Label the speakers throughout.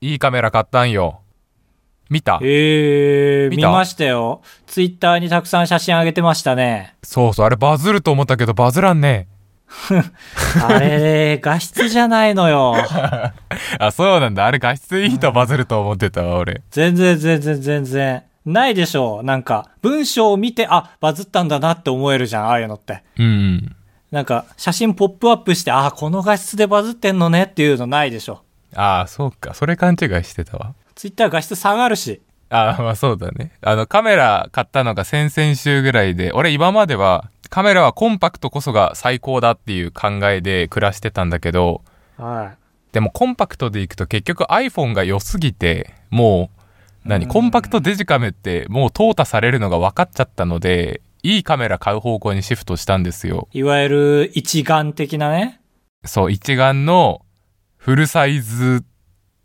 Speaker 1: いいカメラ買ったんよ。見た
Speaker 2: へえー、
Speaker 1: 見
Speaker 2: 見
Speaker 1: た
Speaker 2: ましたよ。ツイッターにたくさん写真あげてましたね。
Speaker 1: そうそう、あれバズると思ったけどバズらんね。
Speaker 2: あれ、画質じゃないのよ。
Speaker 1: あ、そうなんだ。あれ画質いいとバズると思ってたわ、俺。
Speaker 2: 全然全然全然。ないでしょう。なんか、文章を見て、あ、バズったんだなって思えるじゃん、ああいうのって。
Speaker 1: うんうん。
Speaker 2: なんか、写真ポップアップして、あ、この画質でバズってんのねっていうのないでしょ。
Speaker 1: ああ、そうか。それ勘違いしてたわ。
Speaker 2: ツイッター画質下がるし。
Speaker 1: ああ、まあそうだね。あの、カメラ買ったのが先々週ぐらいで、俺今まではカメラはコンパクトこそが最高だっていう考えで暮らしてたんだけど、
Speaker 2: は
Speaker 1: でもコンパクトでいくと結局 iPhone が良すぎて、もう、何、コンパクトデジカメってもう淘汰されるのが分かっちゃったので、いいカメラ買う方向にシフトしたんですよ。
Speaker 2: い。いわゆる、一眼的なね。
Speaker 1: そう、一眼のフルサイズっ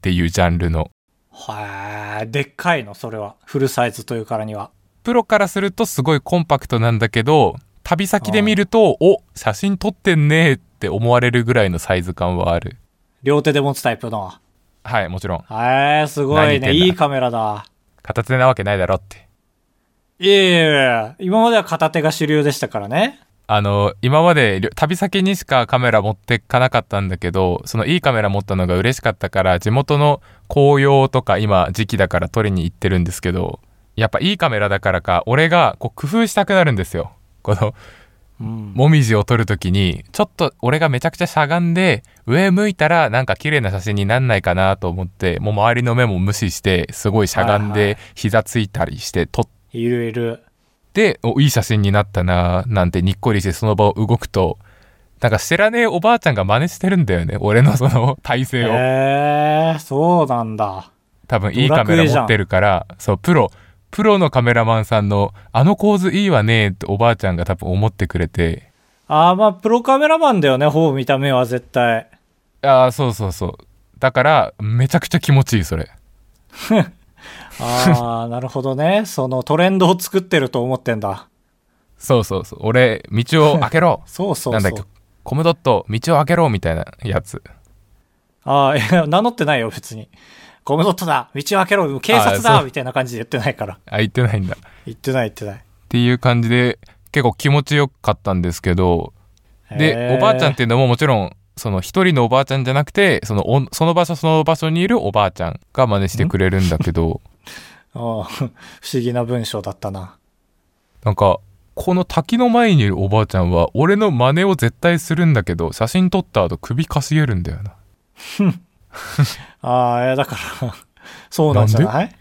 Speaker 1: ていうジャンルの。
Speaker 2: はい。でっかいの、それは。フルサイズというからには。
Speaker 1: プロからするとすごいコンパクトなんだけど、旅先で見ると、お、写真撮ってんねーって思われるぐらいのサイズ感はある。
Speaker 2: 両手で持つタイプの。
Speaker 1: はい、もちろん。
Speaker 2: へえ、すご
Speaker 1: 何言
Speaker 2: い
Speaker 1: ってんだ
Speaker 2: ね。いいカメラだ。
Speaker 1: 片手なわけないだろって。
Speaker 2: いえいえいえ、今までは片手が主流でしたからね。
Speaker 1: あの、今まで旅旅先にしかカメラ持ってかなかったんだけど、そのいいカメラ持ったのが嬉しかったから、地元の紅葉とか今時期だから撮りに行ってるんですけど、やっぱいいカメラだからか、俺がこう工夫したくなるんですよ。この
Speaker 2: うん。
Speaker 1: もみじを撮るときに、ちょっと俺がめちゃくちゃしゃがんで、上向いたらなんか綺麗な写真になんないかなと思って、もう周りの目も無視して、すごいしゃがん
Speaker 2: はいは
Speaker 1: で
Speaker 2: い、
Speaker 1: 膝ついたりして撮っ
Speaker 2: いるいる。
Speaker 1: て、お、いい写真になったななんてにっこりしてその場を動くと、なんか知らねえおばあちゃんが真似してるんだよね。俺のそ の体勢を。
Speaker 2: へえ、そうなんだ。
Speaker 1: 多分いい
Speaker 2: ド
Speaker 1: カ
Speaker 2: ラク
Speaker 1: メ
Speaker 2: エ
Speaker 1: ラ
Speaker 2: じゃん
Speaker 1: 持ってるから、そう、プロ、プロのカメラマンさんの、あの構図いいわねっておばあちゃんが多分思ってくれて、
Speaker 2: あーまあ、プロカメラマンだよね、ほぼ見た目は絶対。
Speaker 1: ああそうそうそうだからめちゃくちゃ気持ちいいそれ
Speaker 2: ああ、 なるほどね。そのトレンドを作ってると思ってんだ。
Speaker 1: そうそうそう俺道 を開けろ
Speaker 2: そうそうそう。
Speaker 1: なんだっけコムドット道を開けろみたいなやつ
Speaker 2: ああ、いや、名乗ってないよ、別に。ゴムドットだ道を開けろ警察
Speaker 1: あー
Speaker 2: だ
Speaker 1: そう
Speaker 2: みたいな感じで言ってないから。
Speaker 1: あ言ってないんだっ
Speaker 2: 言ってない言ってない。
Speaker 1: ていう感じで結構気持ちよかったんですけど
Speaker 2: へ
Speaker 1: で
Speaker 2: ー
Speaker 1: おばあちゃんっていうのももちろんその一人のおばあちゃんじゃなくてそのおその場所その場所にいるおばあちゃんが真似してくれるんだけど
Speaker 2: ああ 不思議な文章だったな。
Speaker 1: なんかこの滝の前にいるおばあちゃんは俺の真似を絶対するんだけど写真撮った後首かしげるんだよな
Speaker 2: ああ、いや、だから、 そうなんじゃない い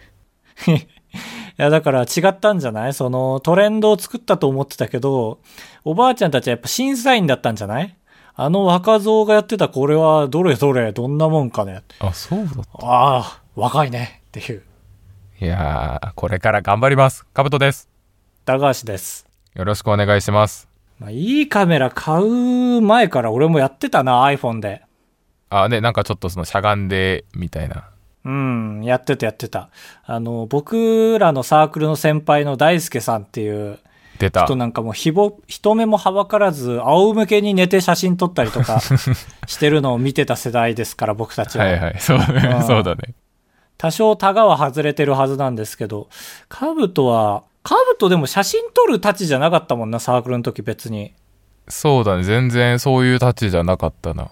Speaker 2: や、だから違ったんじゃないそのトレンドを作ったと思ってたけど、おばあちゃんたちはやっぱ審査員だったんじゃないあの若造がやってたこれはどれどれどんなもんかね。
Speaker 1: あそうだ
Speaker 2: ああ、若いね。っていう。
Speaker 1: いやー、これから頑張ります。カブトです。
Speaker 2: 高橋です。
Speaker 1: よろしくお願いします。
Speaker 2: まあ、いいカメラ買う前から俺もやってたな、iPhone で。
Speaker 1: あ、ね、なんかちょっとそのしゃがんで、みたいな。
Speaker 2: うん、やってたやってた。あの、僕らのサークルの先輩の大輔さんっていう
Speaker 1: 出た
Speaker 2: 人。なんかもうひぼ人目もはばからず仰向けに寝て写真撮ったり とかしてるのを見てた世代ですから僕たちは、
Speaker 1: はいはい。そうね
Speaker 2: う。ん
Speaker 1: そうだね。
Speaker 2: 多少タガは外れてるはずなんですけどカブトはカブトでも写真撮るたちじゃなかったもんなサークルの時別に
Speaker 1: そうだね。全然そういう立ちじゃなかったな。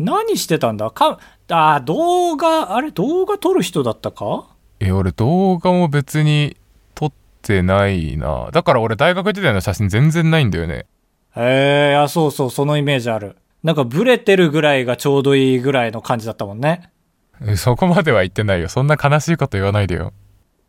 Speaker 2: 何してたんだかあー動画あれ動画撮る人だったか
Speaker 1: え、俺動画も別に撮ってないな。だから俺大学時代の写真全然ないんだよね。
Speaker 2: へえあそうそうそのイメージあるなんかブレてるぐらいがちょうどいいぐらいの感じだったもんね
Speaker 1: えそこまでは言ってないよ。そんな悲しいこと言わないでよ。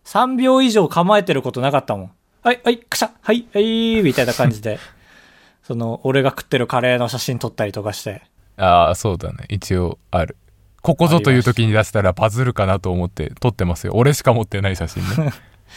Speaker 2: 3秒以上構えてることなかったもん。はい、はい、くしゃ、はい、はい、みたいな感じで。 その、俺が食ってるカレーの写真撮ったりとかして。
Speaker 1: ああ、そうだね。一応ある。ここぞという時に出したらバズるかなと思って撮ってますよ。俺しか持ってない写真ね。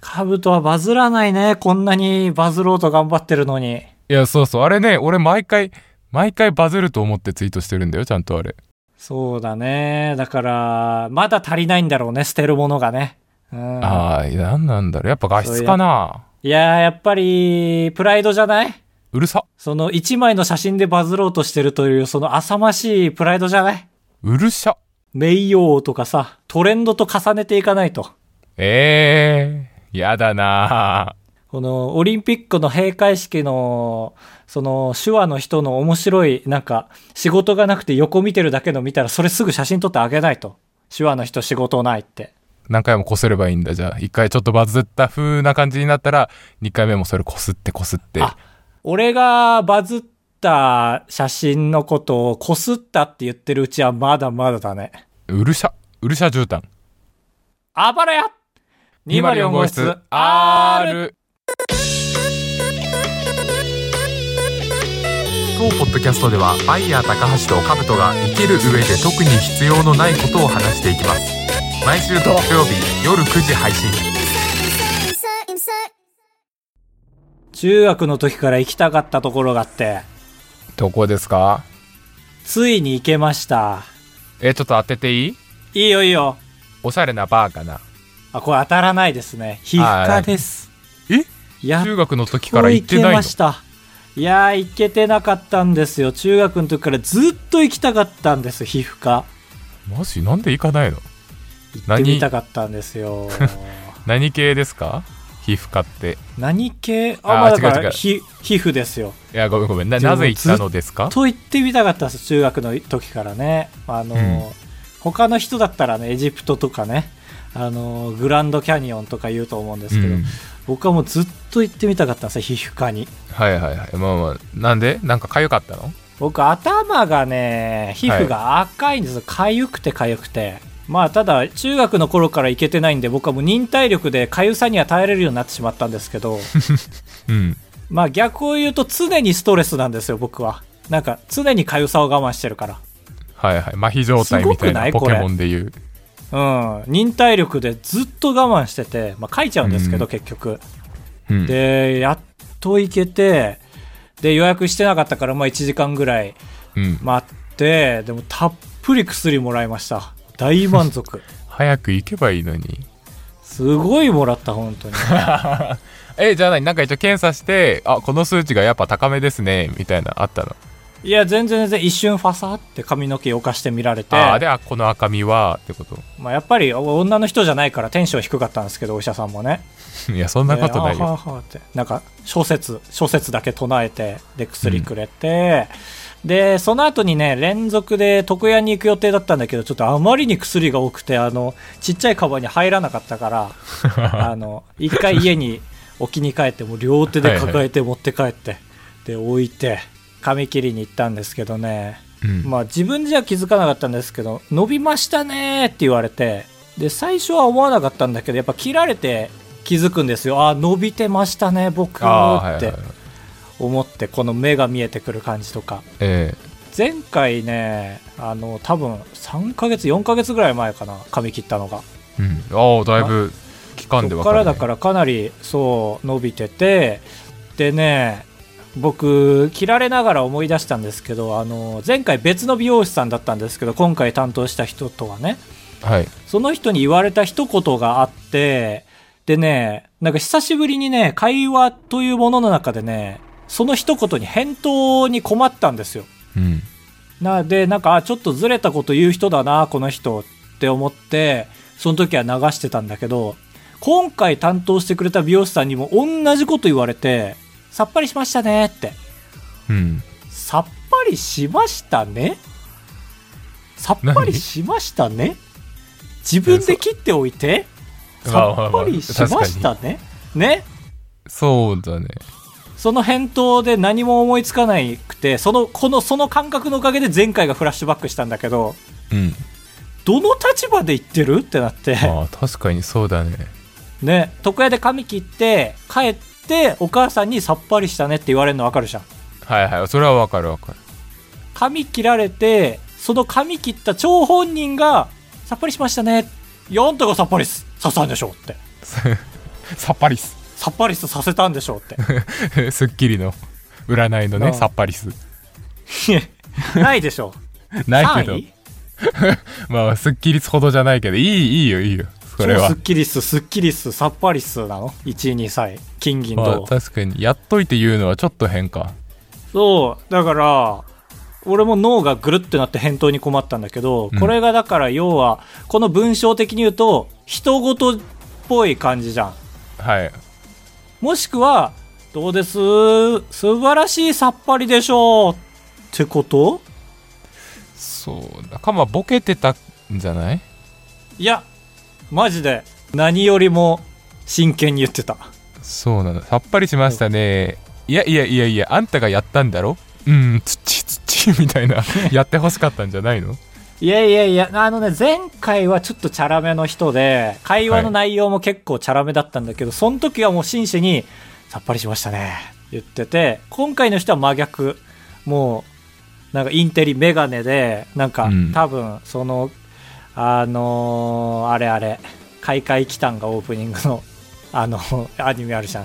Speaker 2: カブトはバズらないね。こんなにバズろうと頑張ってるのに。
Speaker 1: いや、そうそう。あれね、俺毎回、毎回バズると思ってツイートしてるんだよ、ちゃんとあれ。
Speaker 2: そうだね。だから、まだ足りないんだろうね、捨てるものがね。うん。
Speaker 1: ああ、なんなんだろう。やっぱ画質かない
Speaker 2: やー、やっぱり、プライドじゃないう
Speaker 1: るさ。
Speaker 2: その、一枚の写真でバズろうとしてるという、その、浅ましいプライドじゃないう
Speaker 1: るしゃ。
Speaker 2: 名誉とかさ、トレンドと重ねていかないと。
Speaker 1: ええー、やだなぁ
Speaker 2: このオリンピックの閉会式の、その手話の人の面白い、なんか仕事がなくて横見てるだけの見たらそれすぐ写真撮ってあげないと。手話の人仕事ないって。
Speaker 1: 何回もこすればいいんだじゃあ一回ちょっとバズった風な感じになったら二回目もそれこすってこすって
Speaker 2: あ俺がバズった写真のことをこすったって言ってるうちはまだまだだね。
Speaker 1: うるしゃうるしゃ絨毯
Speaker 2: あばらや !204 号室 R!
Speaker 1: 当ポッドキャストではバイヤー高橋とカブトが生きる上で特に必要のないことを話していきます毎週土曜日夜9時配信
Speaker 3: insert, insert.
Speaker 2: 中学の時から行きたかったところがあって、
Speaker 1: どこですか
Speaker 2: ついに行けました。
Speaker 1: えちょっと当てていい
Speaker 2: いいよいいよ。
Speaker 1: おしゃれなバーかな
Speaker 2: あ、これ当たらないですね。皮膚科です。
Speaker 1: え
Speaker 2: やっ
Speaker 1: 中学の時から
Speaker 2: と
Speaker 1: 行っ
Speaker 2: 行
Speaker 1: て
Speaker 2: け
Speaker 1: ないの
Speaker 2: ました。いやー、行けてなかったんですよ。中学の時からずっと行きたかったんです、皮膚科。
Speaker 1: マジなんで行かないの
Speaker 2: 行ってみたかったんで すよ。
Speaker 1: 何系ですか皮膚科って
Speaker 2: 何系
Speaker 1: あー
Speaker 2: あ、まあ、だか
Speaker 1: 違う違う
Speaker 2: らひ皮膚ですよ。
Speaker 1: いやごめんごめんな
Speaker 2: でも
Speaker 1: なぜ行ったのですか
Speaker 2: と行ってみたかったんです中学の時からねあの、
Speaker 1: うん
Speaker 2: 他の人だったらねエジプトとかねあのグランドキャニオンとか言うと思うんですけど、
Speaker 1: うん
Speaker 2: 僕はもうずっと行ってみたかったんですよ皮膚科に
Speaker 1: はいはいはいまあまあなんでなんか痒かったの
Speaker 2: 僕頭がね皮膚が赤いんですよ痒くて痒くてまあただ中学の頃から行けてないんで僕はもう忍耐力で痒さには耐えれるようになってしまったんです けど
Speaker 1: うん
Speaker 2: まあ逆を言うと常にストレスなんですよ僕はなんか常に痒さを我慢してるから
Speaker 1: はいはい麻痺状態みたいな
Speaker 2: すごくない
Speaker 1: ポ
Speaker 2: こ
Speaker 1: ケ
Speaker 2: れ
Speaker 1: モンで言う
Speaker 2: うん、忍耐力でずっと我慢してて、まあ、書いちゃうんですけど、
Speaker 1: うん
Speaker 2: 結局
Speaker 1: うん
Speaker 2: でやっと行けてで予約してなかったから、まあ、1時間ぐらい
Speaker 1: うん
Speaker 2: 待ってでもたっぷり薬もらいました大 満足
Speaker 1: 早く行けばいいのに
Speaker 2: すごいもらった本当に
Speaker 1: えじゃあ何なんか一応検査してあこの数値がやっぱ高めですねみたいなあったの
Speaker 2: いや全然全然一瞬ファサって髪の毛をかして見られて
Speaker 1: ああであこの赤みはってこと
Speaker 2: まあ、やっぱり女の人じゃないからテンション低かったんですけどお医者さんもね
Speaker 1: いやそんなことない
Speaker 2: であは
Speaker 1: よ、
Speaker 2: あはあってなんか諸説諸説だけ唱えてで薬くれて、でその後にね連続で床屋に行く予定だったんだけどちょっとあまりに薬が多くてあのちっちゃいカバンに入らなかったか らあの一回家に置きに帰ってもう両手で抱えて持って帰ってで置いて髪切りに行ったんですけどね
Speaker 1: うん
Speaker 2: まあ自分じゃ気づかなかったんですけど伸びましたねーって言われてで最初は思わなかったんだけどやっぱ切られて気づくんですよあー伸びてましたね僕
Speaker 1: あーはい
Speaker 2: っ
Speaker 1: はい
Speaker 2: て
Speaker 1: はい
Speaker 2: 思ってこの目が見えてくる感じとか
Speaker 1: え
Speaker 2: 前回ねあの多分3ヶ月4ヶ月ぐらい前かな髪切ったのが
Speaker 1: えうん、ああだいぶ期間で
Speaker 2: そ
Speaker 1: 分
Speaker 2: っ
Speaker 1: か
Speaker 2: から
Speaker 1: る、
Speaker 2: だからかなりそう伸びててでね僕切られながら思い出したんですけどあの前回別の美容師さんだったんですけど今回担当した人とはね
Speaker 1: はい
Speaker 2: その人に言われた一言があってでねなんか久しぶりにね会話というものの中でねその一言に返答に困ったんですよ
Speaker 1: うん
Speaker 2: なでなんかあちょっとずれたこと言う人だなこの人って思ってその時は流してたんだけど今回担当してくれた美容師さんにも同じこと言われてさっぱりしましたねって
Speaker 1: うん
Speaker 2: さっぱりしましたねさっぱりしましたね自分で切っておいて
Speaker 1: まあまあま
Speaker 2: さ
Speaker 1: あ
Speaker 2: っぱりしましたねね
Speaker 1: そうだね
Speaker 2: その返答で何も思いつかないくてそのこのその感覚のおかげで前回がフラッシュバックしたんだけど
Speaker 1: うん
Speaker 2: どの立場で言ってるってなって、
Speaker 1: ああ確かにそうだね
Speaker 2: ね、床屋で髪切って、帰って、お母さんにさっぱりしたねって言われるの分かるじゃん。
Speaker 1: はいはいそれは分かる分かる
Speaker 2: 髪切られて、その髪切った張本人が、さっぱりしましたね。いや、あんたがさっぱりすさせたんでしょうって。
Speaker 1: さっぱりっす
Speaker 2: さっぱりすさせたんでしょうって。
Speaker 1: スッキリの占いの
Speaker 2: な
Speaker 1: ね
Speaker 2: あ
Speaker 1: さっぱりっす
Speaker 2: ないでしょ
Speaker 1: ないけど
Speaker 2: 3位
Speaker 1: まあ、スッキリほどじゃないけど、いい、いいよ、いいよ。それ
Speaker 2: 超
Speaker 1: は
Speaker 2: すっ。きりす、すっきりす、さっぱりすなの ?1 位、2歳。金銀
Speaker 1: まあ、
Speaker 2: 銅。
Speaker 1: 確かに、やっといて言うのはちょっと変か。
Speaker 2: そう、だから、俺も脳がぐるってなって返答に困ったんだけど、
Speaker 1: うん
Speaker 2: これがだから要はこの文章的に言うと人事っぽい感じじゃん
Speaker 1: はい
Speaker 2: もしくは「どうです素晴らしいさっぱりでしょう」ってこと
Speaker 1: そうだかまあボケてたんじゃない
Speaker 2: いやマジで何よりも真剣に言ってた
Speaker 1: そうなのさっぱりしましたねいやいやいやいやあんたがやったんだろうん土土 みたいなやってほしかったんじゃない の
Speaker 2: いやいやいや、あのね、前回はちょっとチャラめの人で、会話の内容も結構チャラめだったんだけど、その時はもう真摯に、さっぱりしましたね、言ってて、今回の人は真逆。もう、なんかインテリメガネで、なんか、
Speaker 1: うん
Speaker 2: 多分、その、あのーあれあれ、開会期間がオープニングの、あの、アニメあるじゃん。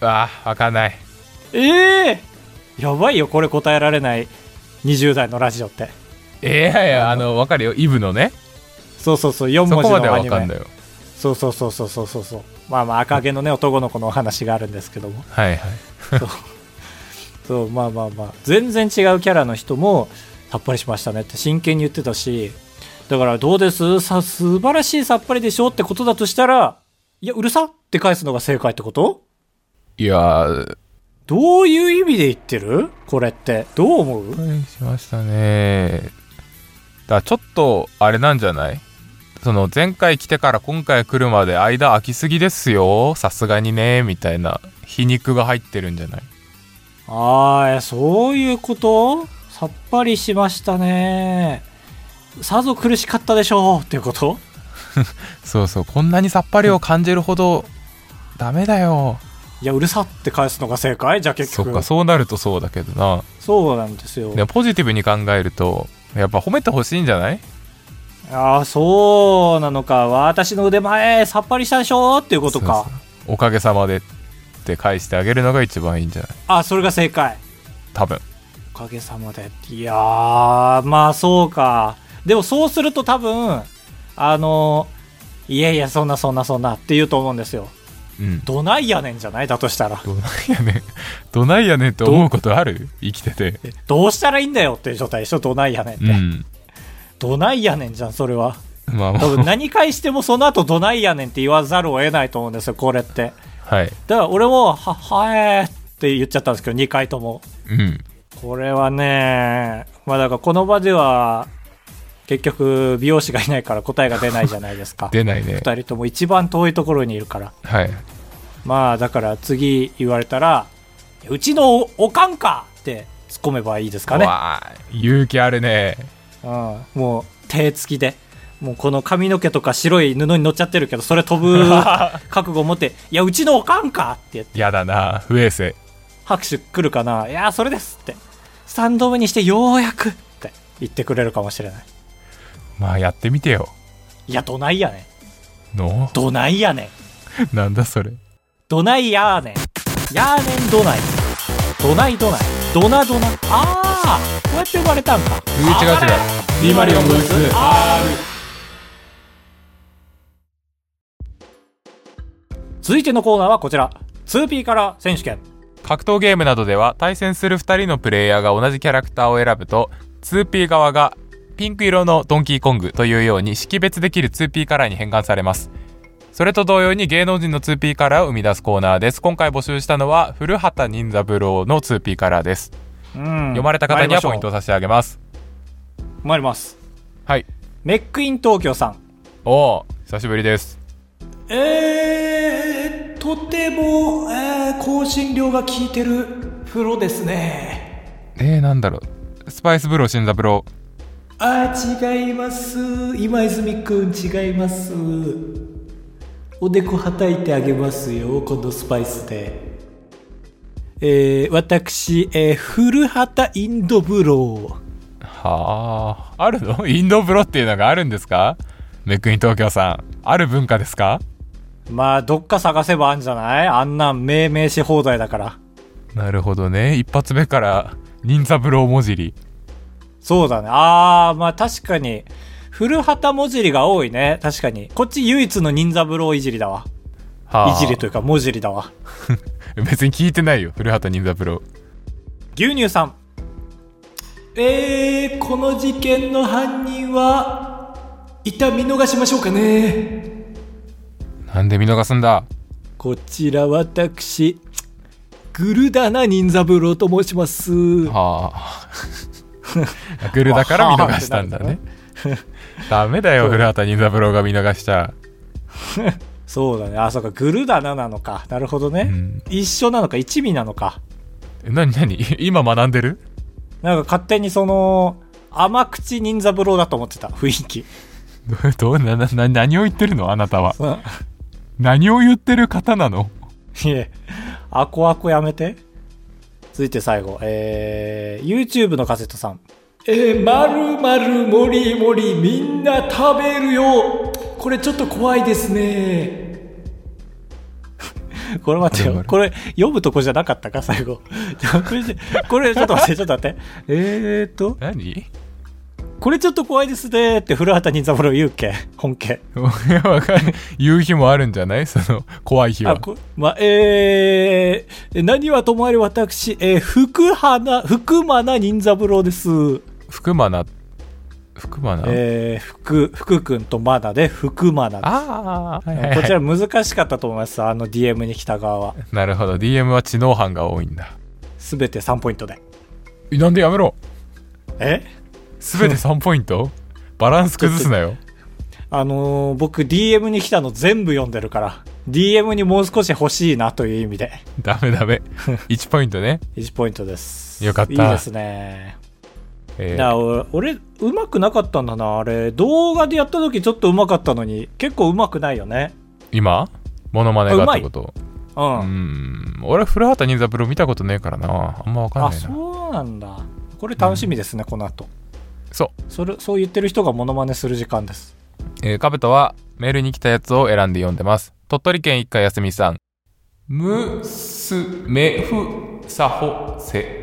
Speaker 1: ああわかんない
Speaker 2: ええやばいよ、これ答えられない20代のラジオって。
Speaker 1: いやいやあのわかるよイブのね
Speaker 2: そうそうそう、4
Speaker 1: そ
Speaker 2: 文字
Speaker 1: こ
Speaker 2: の
Speaker 1: ま
Speaker 2: アニ
Speaker 1: で
Speaker 2: メ。
Speaker 1: はわかんないよ
Speaker 2: そうそうそうそうそうそうそうまあまあ赤毛のね男の子のお話があるんですけども
Speaker 1: はいはい
Speaker 2: そうまあまあまあ全然違うキャラの人もさっぱりしましたねって真剣に言ってたしだからどうですさ素晴らしいさっぱりでしょってことだとしたらいやうるさって返すのが正解ってこと
Speaker 1: いやー
Speaker 2: どういう意味で言ってるこれってどう思う
Speaker 1: 失敗しましたねだからちょっとあれなんじゃないその前回来てから今回来るまで間空きすぎですよさすがにねみたいな皮肉が入ってるんじゃない
Speaker 2: ああそういうことさっぱりしましたねさぞ苦しかったでしょうっていうこと
Speaker 1: そうそうこんなにさっぱりを感じるほどダメだよ
Speaker 2: いやうるさって返すのが正解じゃあ結
Speaker 1: そ
Speaker 2: 局
Speaker 1: っかそうなるとそうだけどな
Speaker 2: そうなんですよ。
Speaker 1: でもポジティブに考えるとやっぱ褒めてほしいんじゃない
Speaker 2: ああ、そうなのか。私の腕前、さっぱりしたでしょっていうことか。
Speaker 1: そうそうおかげさまでって返してあげるのが一番いいんじゃない
Speaker 2: あそれが正解。
Speaker 1: 多分
Speaker 2: おかげさまで。いやー、まあそうか。でもそうすると多分、あの、いやいや、そんなそんなそんなって言うと思うんですよ。
Speaker 1: うん
Speaker 2: どないやねんじゃないだとしたら。
Speaker 1: どないやねんどないやねんって思うことある生きてて
Speaker 2: どうしたらいいんだよっていう状態でしょどないやねんって。
Speaker 1: うん
Speaker 2: どないやねんじゃん、それは。
Speaker 1: まあま
Speaker 2: 多分
Speaker 1: あ
Speaker 2: 何返してもその後どないやねんって言わざるを得ないと思うんですよ、これって。
Speaker 1: はい
Speaker 2: だから俺も、は、はえーって言っちゃったんですけど、2回とも。
Speaker 1: うん
Speaker 2: これはね、まあだからこの場では、結局、美容師がいないから答えが出ないじゃないですか。
Speaker 1: 出ないね
Speaker 2: 2人とも一番遠いところにいるから。
Speaker 1: はい
Speaker 2: まあだから次言われたら、うちのおおかんかって突っ込めばいいですかね。
Speaker 1: わあ勇気あるね
Speaker 2: うん。もう手つきで。もうこの髪の毛とか白い布に乗っちゃってるけど、それ飛ぶ覚悟を持って、いや、うちのおかんかって
Speaker 1: やだな不衛生
Speaker 2: 拍手来るかないやーそれですって3度目にしてようやくって言ってくれるかもしれない
Speaker 1: まあやってみてよ
Speaker 2: いやどないやねん
Speaker 1: の
Speaker 2: どないやねん
Speaker 1: なんだそれ
Speaker 2: どないやーねんやーねんどないどないどないどなどなああこうやって生まれたんか
Speaker 1: 違う違う
Speaker 2: リーマリオンブーツ続いてのコーナーはこちら 2P から選手権
Speaker 1: 格闘ゲームなどでは対戦する2人のプレイヤーが同じキャラクターを選ぶと 2P 側がピンク色のドンキーコングというように識別できる 2P カラーに変換されますそれと同様に芸能人の 2P カラーを生み出すコーナーです今回募集したのは古畑任三郎の 2P カラーです、
Speaker 2: うん
Speaker 1: 読まれた方にはポイントを差し上げます
Speaker 2: 参ります
Speaker 1: はい
Speaker 2: メックイン東京さん
Speaker 1: おお久しぶりです
Speaker 2: えー、とても、えー、香辛料が効いてる風呂ですね。
Speaker 1: えー、なんだろうスパイスブロー新三郎
Speaker 2: あー、違います。今泉くん違います。おでこはたいてあげますよ、このスパイスで。えー、私、えー、古畑インド風呂。
Speaker 1: はああるの インド風呂っていうのがあるんですかメックイン東京さんある文化ですか
Speaker 2: まあ、どっか探せばあんじゃないあんなん命名し放題だから。
Speaker 1: なるほどね一発目から忍三郎もじり
Speaker 2: そうだね。あー、まあ確かに、古畑もじりが多いね。確かに。こっち唯一の忍三郎いじりだわ。
Speaker 1: はい
Speaker 2: じりというか、もじりだわ。
Speaker 1: 別に聞いてないよ古畑任三郎
Speaker 2: 牛乳さん。えー、この事件の犯人は、一旦見逃しましょうかね。
Speaker 1: なんで見逃すんだ
Speaker 2: こちら私、グルダナ任三郎と申します。
Speaker 1: は あグルだから見逃したんだねダメだよ古畑任三郎が見逃しちゃ
Speaker 2: そうだね。あ、そうか、グルダナなのか。なるほどね。
Speaker 1: うん
Speaker 2: 一緒なのか、一味なのか。
Speaker 1: え何何今学んでる
Speaker 2: なんか勝手にその、甘口忍三郎だと思ってた、雰囲気。
Speaker 1: どうななな何を言ってるのあなたは
Speaker 2: うん
Speaker 1: 何を言ってる方なの
Speaker 2: いえ、アコアコやめて。続いて最後、えー、YouTube のカセットさん。えー、まるまるもりもりみんな食べるよこれちょっと怖いですね。これ待って
Speaker 1: まるま
Speaker 2: よ。
Speaker 1: る
Speaker 2: これ読むとこじゃなかったか最後。 ちょこれじゃこれちょっと待って、ちょっと待って。えーっと、
Speaker 1: 何
Speaker 2: これちょっと怖いですねって古畑任三郎言うけ本家。
Speaker 1: 俺わかんない言う日もあるんじゃないその怖い日
Speaker 2: あ
Speaker 1: は
Speaker 2: こまあ、えー、何はともあれ私、えー、福花、福間な任三郎です。
Speaker 1: 福マナ福マナ、
Speaker 2: えー、福、福くんとマナで、福マナ。
Speaker 1: ああ、はいはいはい
Speaker 2: こちら難しかったと思います。あの DM に来た側は。
Speaker 1: なるほど DM は知能犯が多いんだ
Speaker 2: すべて3ポイントで。
Speaker 1: えなんでやめろ
Speaker 2: え
Speaker 1: 全て3ポイン トバランス崩すなよ
Speaker 2: あのー僕 DM に来たの全部読んでるから、DM にもう少し欲しいなという意味で、
Speaker 1: ダメダ メ1ポイントね、
Speaker 2: 1ポイントです。
Speaker 1: よかった
Speaker 2: いいですね。
Speaker 1: えー
Speaker 2: な俺俺うまくなかったんだなあれ動画でやった時ちょっとうまかったのに結構うまくないよね
Speaker 1: 今モノマネがってこと
Speaker 2: うん、
Speaker 1: うん俺は古畑任三郎見たことねえからなあんま分かん
Speaker 2: あ
Speaker 1: ないな
Speaker 2: そうなんだこれ楽しみですね、この後
Speaker 1: そう
Speaker 2: それそう言ってる人がモノマネする時間です
Speaker 1: えー、カブトはメールに来たやつを選んで読んでます。鳥取県一家休みさん。むすめふさほせ。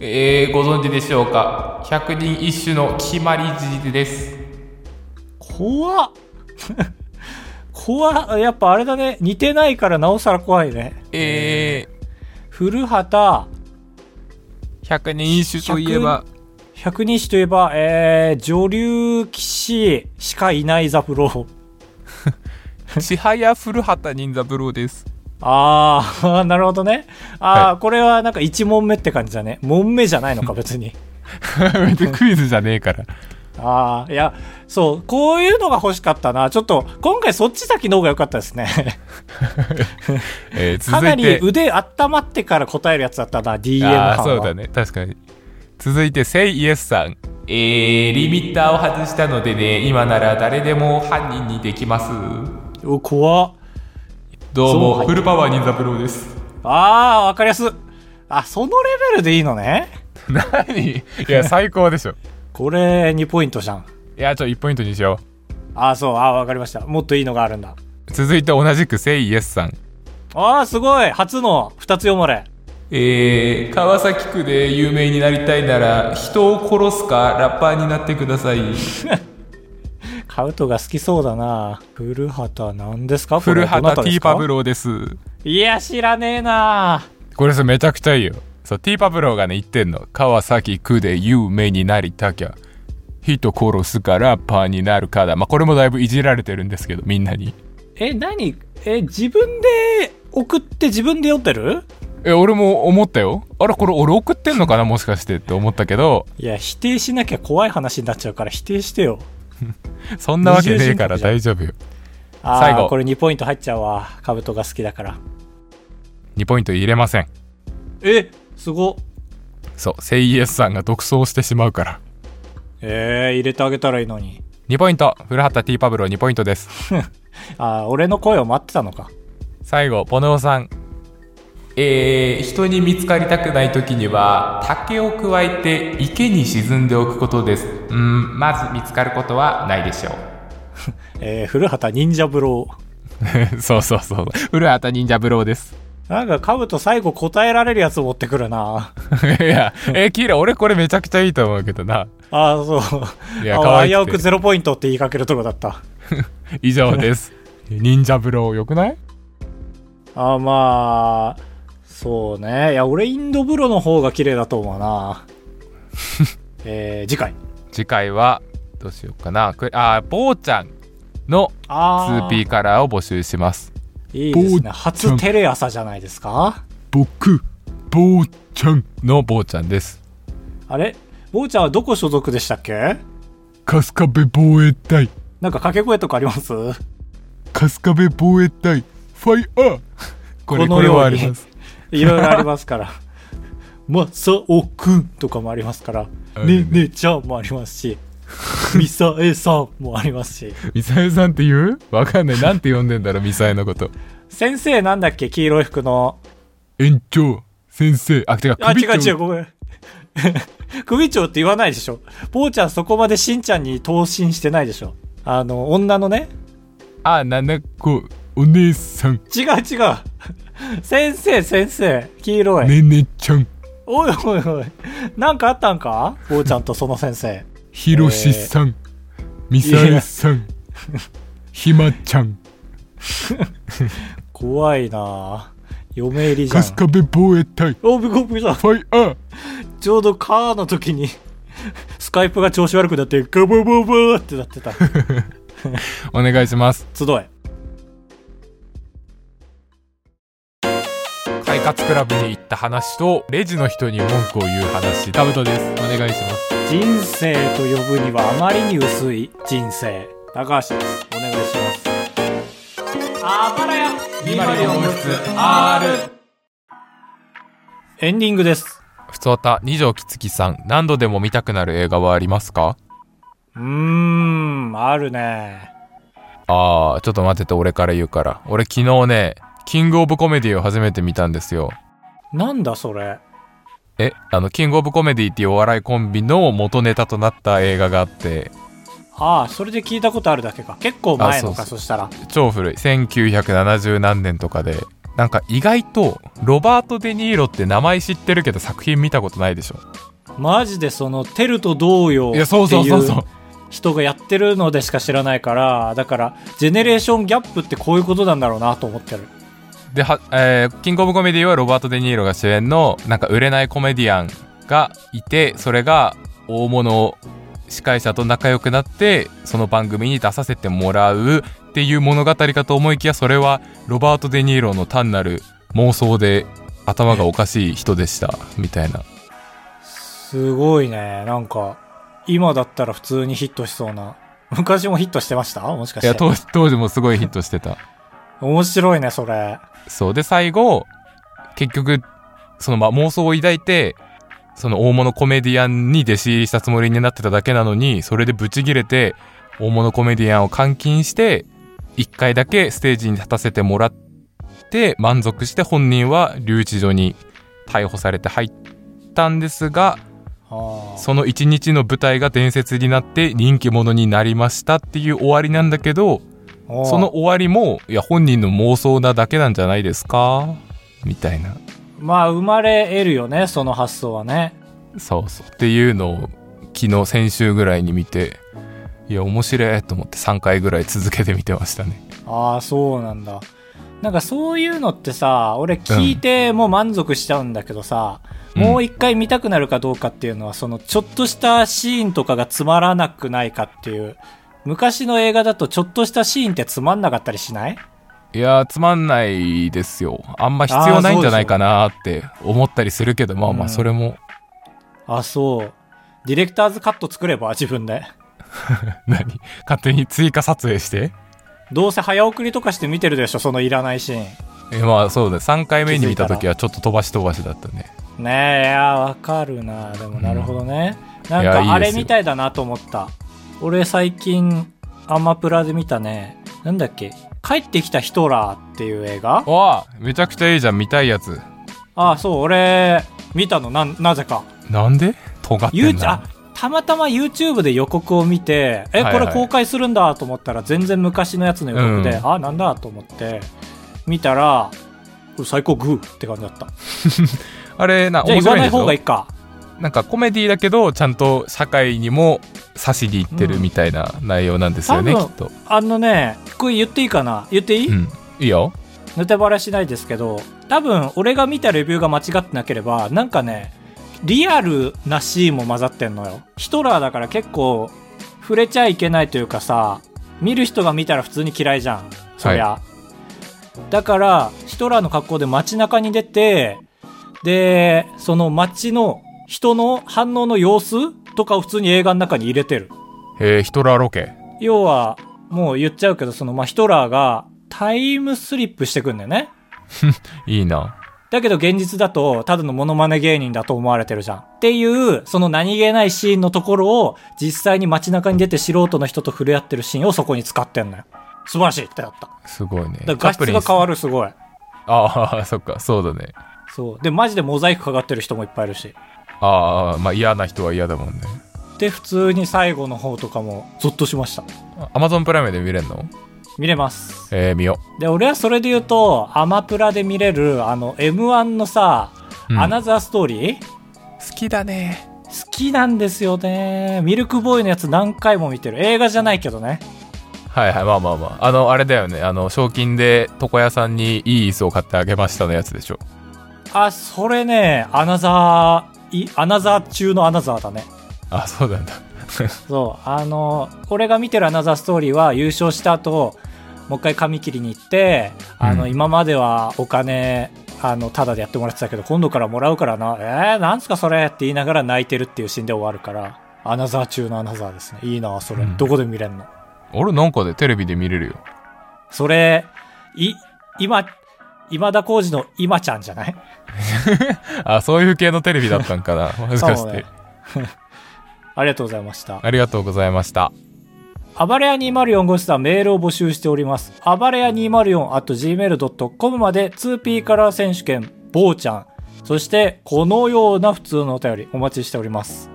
Speaker 1: えー、ご存知でしょうか百人一首の決まり字です。
Speaker 2: 怖っ 怖っやっぱあれだね似てないからなおさら怖いね
Speaker 1: え
Speaker 2: 古畑
Speaker 1: ー、百人一首といえば、
Speaker 2: 百人一といえば、えー、女流棋士しかいないザプロ
Speaker 1: 千早古畑任三郎です。
Speaker 2: ああ なるほどねああ、
Speaker 1: は
Speaker 2: これはなんか1問目って感じだね問目じゃな いのか別に
Speaker 1: クイズじゃねえから。
Speaker 2: ああいやそうこういうのが欲しかったなちょっと今回そっち先の方が良かったですね
Speaker 1: えー、
Speaker 2: か
Speaker 1: 続
Speaker 2: ないり
Speaker 1: て、
Speaker 2: 腕温まってから答えるやつだったな DM
Speaker 1: あ
Speaker 2: 班
Speaker 1: あ
Speaker 2: は
Speaker 1: ーそうだね確かに続いてセイイエスさんえー、リミッターを外したのでね今なら誰でも犯人にできます
Speaker 2: お怖っ
Speaker 1: どう
Speaker 2: そう
Speaker 1: もフルパワー任三郎です
Speaker 2: ああわかりやすあそのレベルでいいのね
Speaker 1: 何いや最高でしょ
Speaker 2: これ2ポイントじゃん
Speaker 1: いやちょ1ポイントにしよ
Speaker 2: ああそうああわかりましたもっといいのがあるんだ
Speaker 1: う続いて同じくセイイエスさん
Speaker 2: ああすごい初の2つ読まれ
Speaker 1: えー、川崎区で有名になりたいなら人を殺すかラッパーになってください
Speaker 2: カウトが好きそうだな古畑何ですか
Speaker 1: 古畑
Speaker 2: テ
Speaker 1: T パブローです
Speaker 2: いや知らねえな
Speaker 1: これさめちゃくちゃいいよそう T パブローがね言ってんの川崎区で有名になりたきゃ人殺すかラッパーになるかだまあこれもだいぶいじられてるんですけどみんなに
Speaker 2: え何え自分で送って自分で読んでる
Speaker 1: え俺も思ったよあれこれ俺送ってんのかなもしかしてって思ったけど
Speaker 2: いや否定しなきゃ怖い話になっちゃうから否定してよ
Speaker 1: そんなわけねえから大丈夫よ
Speaker 2: あー
Speaker 1: 最後
Speaker 2: これ2ポイント入っちゃうわカブトが好きだから
Speaker 1: 2ポイント入れません
Speaker 2: えすごっ
Speaker 1: そうセイイエスさんが独走してしまうから
Speaker 2: えー、入れてあげたらいいのに
Speaker 1: 2ポイント古畑 T パブロー2ポイントです
Speaker 2: あー俺の声を待ってたのか
Speaker 1: 最後ポネオさんえー、人に見つかりたくない時には竹を加えて池に沈んでおくことですうんまず見つかることはないでしょ
Speaker 2: えー、古畑忍者ブロ
Speaker 1: う そうそうそう古畑忍者ブローです
Speaker 2: ーなんかカブト最後答えられるやつ持ってくるない
Speaker 1: やえー、キーラ俺これめちゃくちゃいいと思うけどな
Speaker 2: あーそう
Speaker 1: いや
Speaker 2: あ
Speaker 1: 可愛くて
Speaker 2: 危うくゼロポイントって言いかけるとこだった
Speaker 1: 以上です 忍者ブローよくない
Speaker 2: あーま あそうねいや俺インド風呂の方が綺麗だと思うなえー次回。
Speaker 1: 次回はどうしようかなくあーぼーちゃんの
Speaker 2: あ
Speaker 1: 2P カラーを募集します
Speaker 2: いいです
Speaker 1: ぼーち
Speaker 2: ね。初テレ朝じゃないですか
Speaker 1: 僕ぼーちゃんのぼーちゃんです
Speaker 2: あれ坊ちゃんはどこ所属でしたっけ
Speaker 1: 春日部防衛隊
Speaker 2: なんか掛け声とかあ ります
Speaker 1: 春日部防衛隊ファイアーこれ
Speaker 2: こ
Speaker 1: こ
Speaker 2: の
Speaker 1: れ
Speaker 2: ように
Speaker 1: はあります
Speaker 2: いろいろありますから。まさおくんとかもありますから。
Speaker 1: あるね
Speaker 2: ねねちゃんもありますし。みさえさんもありますし。
Speaker 1: ミサエさんって言うわかんないなんて呼んでんだろミサエのこと
Speaker 2: 先生なんだっけ黄色い服の。
Speaker 1: 園長先生あ違う
Speaker 2: あ、違
Speaker 1: 首
Speaker 2: う違う、
Speaker 1: 長
Speaker 2: ごめん。 首長って言わないでしょ。坊ちゃんそこまでしんちゃんに投信してないでしょ。あの、女のね。
Speaker 1: あなんだこうお姉さん
Speaker 2: 違う 違う。先生先生。黄色い。
Speaker 1: ねねちゃん
Speaker 2: おいおいおい。なんかあったんか坊ちゃんとその先 生。
Speaker 1: ひろしさん、みさえさん、ひまちゃん、
Speaker 2: 怖いなぁ嫁入りじゃん
Speaker 1: 春。日部防衛隊、
Speaker 2: おびこびさん。
Speaker 1: ファイアー、
Speaker 2: ちょうどカーの時に、スカイプが調子悪くなって、ガバババってなってた。
Speaker 1: お願いします。
Speaker 2: 集え。
Speaker 1: 快活クラブに行った話と、レジの人に文句を言う話、タブトです。お願いします。
Speaker 2: 人生と呼ぶにはあまりに薄い人生。高橋です。お願いします。あばらやエンディングです。
Speaker 1: ふつおた、二条きつきさん、何度でも見たくなる映画はありますか
Speaker 2: うーん、あるね。
Speaker 1: あー、ちょっと待ってて、俺から言うから。俺昨日ね、キングオブコメディを初めて見たんですよ。
Speaker 2: なんだそれ。
Speaker 1: え、あの、キングオブコメディっていうお笑いコンビの元ネタとなった映画があって、
Speaker 2: ああ、それで聞いたことあるだけか。結構前の
Speaker 1: あそ
Speaker 2: か、
Speaker 1: う
Speaker 2: そしたら。
Speaker 1: 超古い1970何年とかでなんか意外とロバート・デ・ニーロって名前知ってるけど作品見たことないでしょ
Speaker 2: マジでその、テルと同様。
Speaker 1: いやそうそうそうそう
Speaker 2: 人がやってるのでしか知らないからだからジェネレーションギャップってこういうことなんだろうなと思ってる
Speaker 1: では、えーキングオブコメディはロバート・デ・ニーロが主演のなんか売れないコメディアンがいてそれが大物司会者と仲良くなってその番組に出させてもらうっていう物語かと思いきやそれはロバート・デ・ニーロの単なる妄想で頭がおかしい人でしたみたいな
Speaker 2: すごいねなんか今だったら普通にヒットしそうな昔もヒットしてましたもし
Speaker 1: い
Speaker 2: かし
Speaker 1: や
Speaker 2: て
Speaker 1: 当時当時もすごいヒットしてた
Speaker 2: 面白いねそれ
Speaker 1: そうで最後結局そのまあ妄想を抱いてその大物コメディアンに弟子入りしたつもりになってただけなのにそれでブチギレて大物コメディアンを監禁して一回だけステージに立たせてもらって満足して本人は留置所に逮捕されて入ったんですが
Speaker 2: ああ
Speaker 1: その一日の舞台が伝説になって人気者になりましたっていう終わりなんだけどその終わりもいや本人の妄想なだけなんじゃないですかみたいな
Speaker 2: まあ生まれ得るよねその発想はね
Speaker 1: そうそうっていうのを昨日先週ぐらいに見ていや面白いと思って3回ぐらい続けて見てましたね
Speaker 2: ああそうなんだなんかそういうのってさ俺聞いてもう満足しちゃうんだけどさ、
Speaker 1: うん
Speaker 2: もう一回見たくなるかどうかっていうのはそのちょっとしたシーンとかがつまらなくないかっていう昔の映画だとちょっとしたシーンってつまんなかったりしない
Speaker 1: いやーつまんないですよあんま必要ないんじゃないかなーって思ったりするけどまあま
Speaker 2: うん
Speaker 1: あそれも、
Speaker 2: あそうディレクターズカット作れば自分で
Speaker 1: 何勝手に追加撮影して
Speaker 2: どうせ早送りとかして見てるでしょそのいらないシーン
Speaker 1: えまあそうだ3回目に見た時はちょっと飛ばし飛ばしだったね
Speaker 2: ねえいやわかるなでもなるほどね、なん
Speaker 1: いやいいです
Speaker 2: か
Speaker 1: よ
Speaker 2: あれみたいだなと思った俺最近アマプラで見たねなんだっけ帰ってきたヒトラーっていう映画
Speaker 1: わあめちゃくちゃいいじゃん見たいやつ
Speaker 2: あそう俺見たのなんなぜか
Speaker 1: なんで尖って
Speaker 2: You-
Speaker 1: ん
Speaker 2: あ
Speaker 1: だ
Speaker 2: たまたま YouTube で予告を見てえ
Speaker 1: はい
Speaker 2: こ
Speaker 1: はい
Speaker 2: れ公開するんだと思ったら全然昔のやつの予告で、
Speaker 1: う
Speaker 2: あなんだと思って見たらこれ最高グーって感じだった
Speaker 1: あれな
Speaker 2: じゃあ
Speaker 1: 面
Speaker 2: 言
Speaker 1: 白い
Speaker 2: わな
Speaker 1: で
Speaker 2: い
Speaker 1: しょ
Speaker 2: 方がいいか
Speaker 1: なんかコメディだけどちゃんと社会にも差しにいってるみたいな内容なんですよね、
Speaker 2: 多
Speaker 1: き
Speaker 2: 分
Speaker 1: っと。
Speaker 2: あのねこれ言っていいかな言っていい、
Speaker 1: うん、いいよ。
Speaker 2: ネタバレしないですけど多分俺が見たレビューが間違ってなければなんかねリアルなシーンも混ざってんのよヒトラーだから結構触れちゃいけないというかさ見る人が見たら普通に嫌いじゃんそりゃ、だからヒトラーの格好で街中に出てでその街の人の反応の様子とかを普通に映画の中に入れてる
Speaker 1: えー、ヒトラーロケ。
Speaker 2: 要はもう言っちゃうけどその、まあ、ヒトラーがタイムスリップしてくんだよね
Speaker 1: いいな。
Speaker 2: だけど現実だと、ただのモノマネ芸人だと思われてるじゃん。っていう、その何気ないシーンのところを、実際に街中に出て素人の人と触れ合ってるシーンをそこに使ってんのよ。素晴らしいってやった。
Speaker 1: すごいね。
Speaker 2: だから画質が変わる、すごい。
Speaker 1: ああ、そっか、そうだね。
Speaker 2: そう。で、マジでモザイクかかってる人もいっぱいいるし。
Speaker 1: ああ、まあ嫌な人は嫌だもんね。
Speaker 2: で、普通に最後の方とかも、ゾッとしました。
Speaker 1: アマゾンプライムで見れるの
Speaker 2: 見れます。
Speaker 1: えー、見よ
Speaker 2: で、俺はそれで言うと、アマプラで見れる、あの、M1 のさ、
Speaker 1: う。うん
Speaker 2: アナザーストーリー
Speaker 1: 好きだね。
Speaker 2: 好きなんですよね。ミルクボーイのやつ何回も見てる。映画じゃないけどね。
Speaker 1: はいはい、まあまあまあ。あの、あれだよね。あの、賞金で床屋さんにいい椅子を買ってあげましたのやつでしょ。
Speaker 2: あ、それね、アナザー、いアナザー中のアナザーだね。
Speaker 1: あ、そうなんだ。
Speaker 2: そう、あの、俺が見てるアナザーストーリーは優勝した後、もう一回髪切りに行って、あの、
Speaker 1: うん
Speaker 2: 今まではお金、あの、タダでやってもらってたけど、今度からもらうからな、えー、なんすかそれって言いながら泣いてるっていうシーンで終わるから、アナザー中のアナザーですね。いいな、それ。
Speaker 1: うん
Speaker 2: どこで見れんの
Speaker 1: 俺なんかでテレビで見れるよ。
Speaker 2: それ、い、今、今田耕司の今ちゃんじ ゃない
Speaker 1: あ、そういう系のテレビだったんか な。もしかして。
Speaker 2: ありがとうございました。
Speaker 1: ありがとうございました。
Speaker 2: 暴れ屋204号室ではメールを募集しております。暴れ屋 204.gmail.com まで 2P カラー選手権、ぼーちゃん。そして、このような普通のお便りお待ちしております。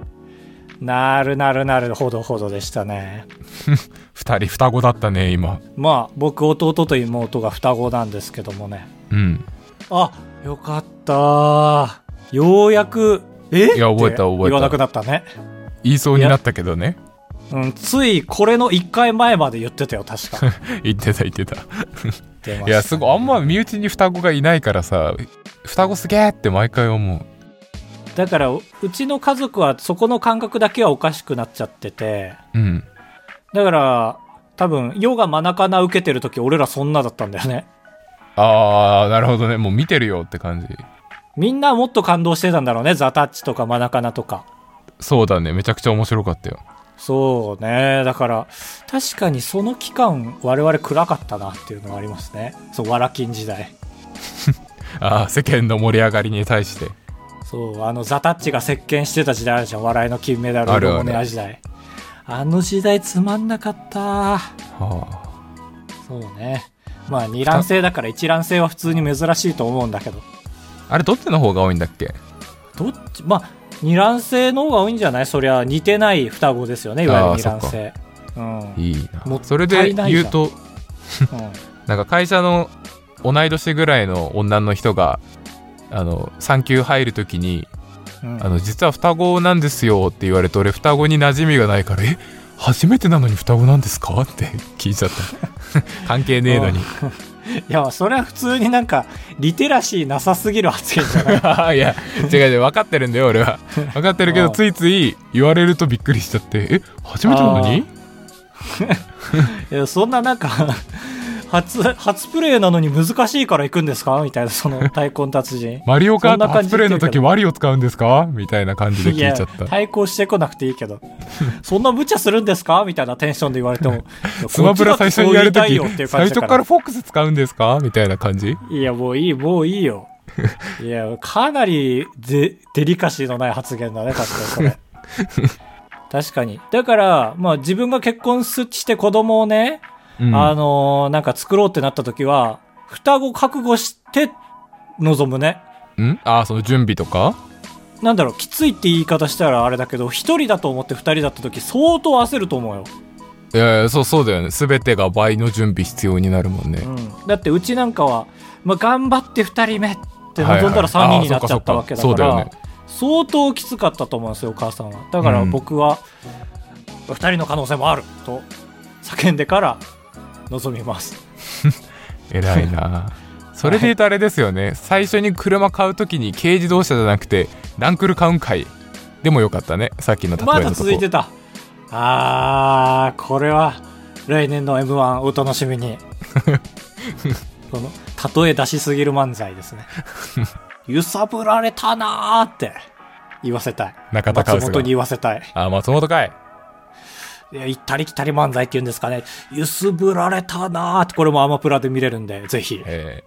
Speaker 2: なるなるなるほどほどでしたね。
Speaker 1: 二人双子だったね、今。
Speaker 2: まあ、僕、弟と妹が双子なんですけどもね。
Speaker 1: うん。
Speaker 2: あ、よかった。ようやく、え
Speaker 1: いや覚えた覚えた
Speaker 2: 言わなくなったね。
Speaker 1: 言いそうになったけどね。
Speaker 2: うん、ついこれの1回前まで言ってたよ、確か。
Speaker 1: 言ってた言ってた。
Speaker 2: 出ました
Speaker 1: いや、すごい。あんま身内に双子がいないからさ、双子すげーって毎回思う。
Speaker 2: だからううちの家族はそこの感覚だけはおかしくなっちゃってて
Speaker 1: うん。
Speaker 2: だから多分ヨガマナカナ受けてる時俺らそんなだったんだよね
Speaker 1: あー、なるほどね。もう見てるよって感じ。
Speaker 2: みんなもっと感動してたんだろうねザ・タッチとかマナカナとか
Speaker 1: そうだね。めちゃくちゃ面白かったよ。
Speaker 2: そうねだから確かにその期間我々暗かったなっていうのはありますねそうわらきん時代
Speaker 1: あー、世間の盛り上がりに対して。
Speaker 2: そうあのザ・タッチが席巻してた時代あるじゃん笑いの金メダルの
Speaker 1: あるある
Speaker 2: モネア時代あの時代つまんなかった
Speaker 1: は
Speaker 2: そうね。まあ二卵性だから一卵性は普通に珍しいと思うんだけど。
Speaker 1: あ。あれ、どっちの方が多いんだっけ
Speaker 2: どっち、まあ二卵性の方が多いんじゃないそりゃ似てない双子ですよね、いわゆる
Speaker 1: あー
Speaker 2: 二卵性。うん。うん
Speaker 1: いい
Speaker 2: も
Speaker 1: な。
Speaker 2: ったい
Speaker 1: それで言うと、なんか会社の同い年ぐらいの女の人が、あの、産休入るときに、
Speaker 2: うん
Speaker 1: あの実は双子なんですよって言われて俺双子に馴染みがないからえ初めてなのに双子なんですかって聞いちゃった 関係ねえのに
Speaker 2: いや、それは普通になんか、リテラシーなさすぎる発言じ ゃな い
Speaker 1: いや違う違う分かってるんだよ俺は分かってるけ
Speaker 2: あ
Speaker 1: ど
Speaker 2: あ
Speaker 1: ついつい言われるとびっくりしちゃってえ初めてなのに
Speaker 2: いやそんななんか、 初、初プレイなのに難しいから行くんですかみたいな、その太鼓の
Speaker 1: 。
Speaker 2: 達人
Speaker 1: マリオカート
Speaker 2: そんな感じ
Speaker 1: 初プレイの
Speaker 2: 言って
Speaker 1: 時
Speaker 2: る
Speaker 1: ワリを使うんですかみたいな感じで聞い
Speaker 2: い
Speaker 1: ちゃ
Speaker 2: や、
Speaker 1: った
Speaker 2: 対抗してこなくていいけど。 そんな無茶するんですかみたいなテンションで言われても。いや
Speaker 1: スマブラ最初にやる
Speaker 2: こっち
Speaker 1: 時
Speaker 2: だってそう言いたいよっていう
Speaker 1: 最
Speaker 2: 感じ
Speaker 1: 初
Speaker 2: だ
Speaker 1: からフォックス使うんですかみたいな感じ
Speaker 2: いや、もういい、もうい いよ。いや、かなりデデリカシーのない発言だね、確かに それ。確かに。だから、まあ自分が結婚すして子供をね、
Speaker 1: うん
Speaker 2: あのーなんか作ろうってなった時は、双子覚悟して望むね。
Speaker 1: んあその準備とか
Speaker 2: なんだろう、きついって言い方したらあれだけど、一人だと思って二人だった時相当焦ると思うよ。
Speaker 1: いやいやそうそうだよね全てが倍の準備必要になるもんね、
Speaker 2: うん。だってうちなんかは、まあ頑張って二人目って望んだら三人になっちゃったわけだから。
Speaker 1: はいはいあーそっかそっかそうだよね
Speaker 2: 相当きつかったと思うんですよお母さんはだから
Speaker 1: うん
Speaker 2: 僕は2人の可能性もあると叫んでから望みます
Speaker 1: 偉 いなそれで言うとあれですよね、最初に車買う時に軽自動車じゃなくてランクル買うんかいでもよかったねさっきの例えのと
Speaker 2: ま
Speaker 1: こ
Speaker 2: だ続いてた。あー、これは、来年の M1 お楽し みに。この、例え出しすぎる漫才で すね。揺さぶられたなーって言わせたい。
Speaker 1: 中田カ
Speaker 2: 松
Speaker 1: ウスが
Speaker 2: 本に言わせたい。
Speaker 1: あ松本かい
Speaker 2: いや行ったり来たり漫才って言うんですかね。揺すぶられたなーって、これもアマプラで見れるんで、ぜひ。
Speaker 1: え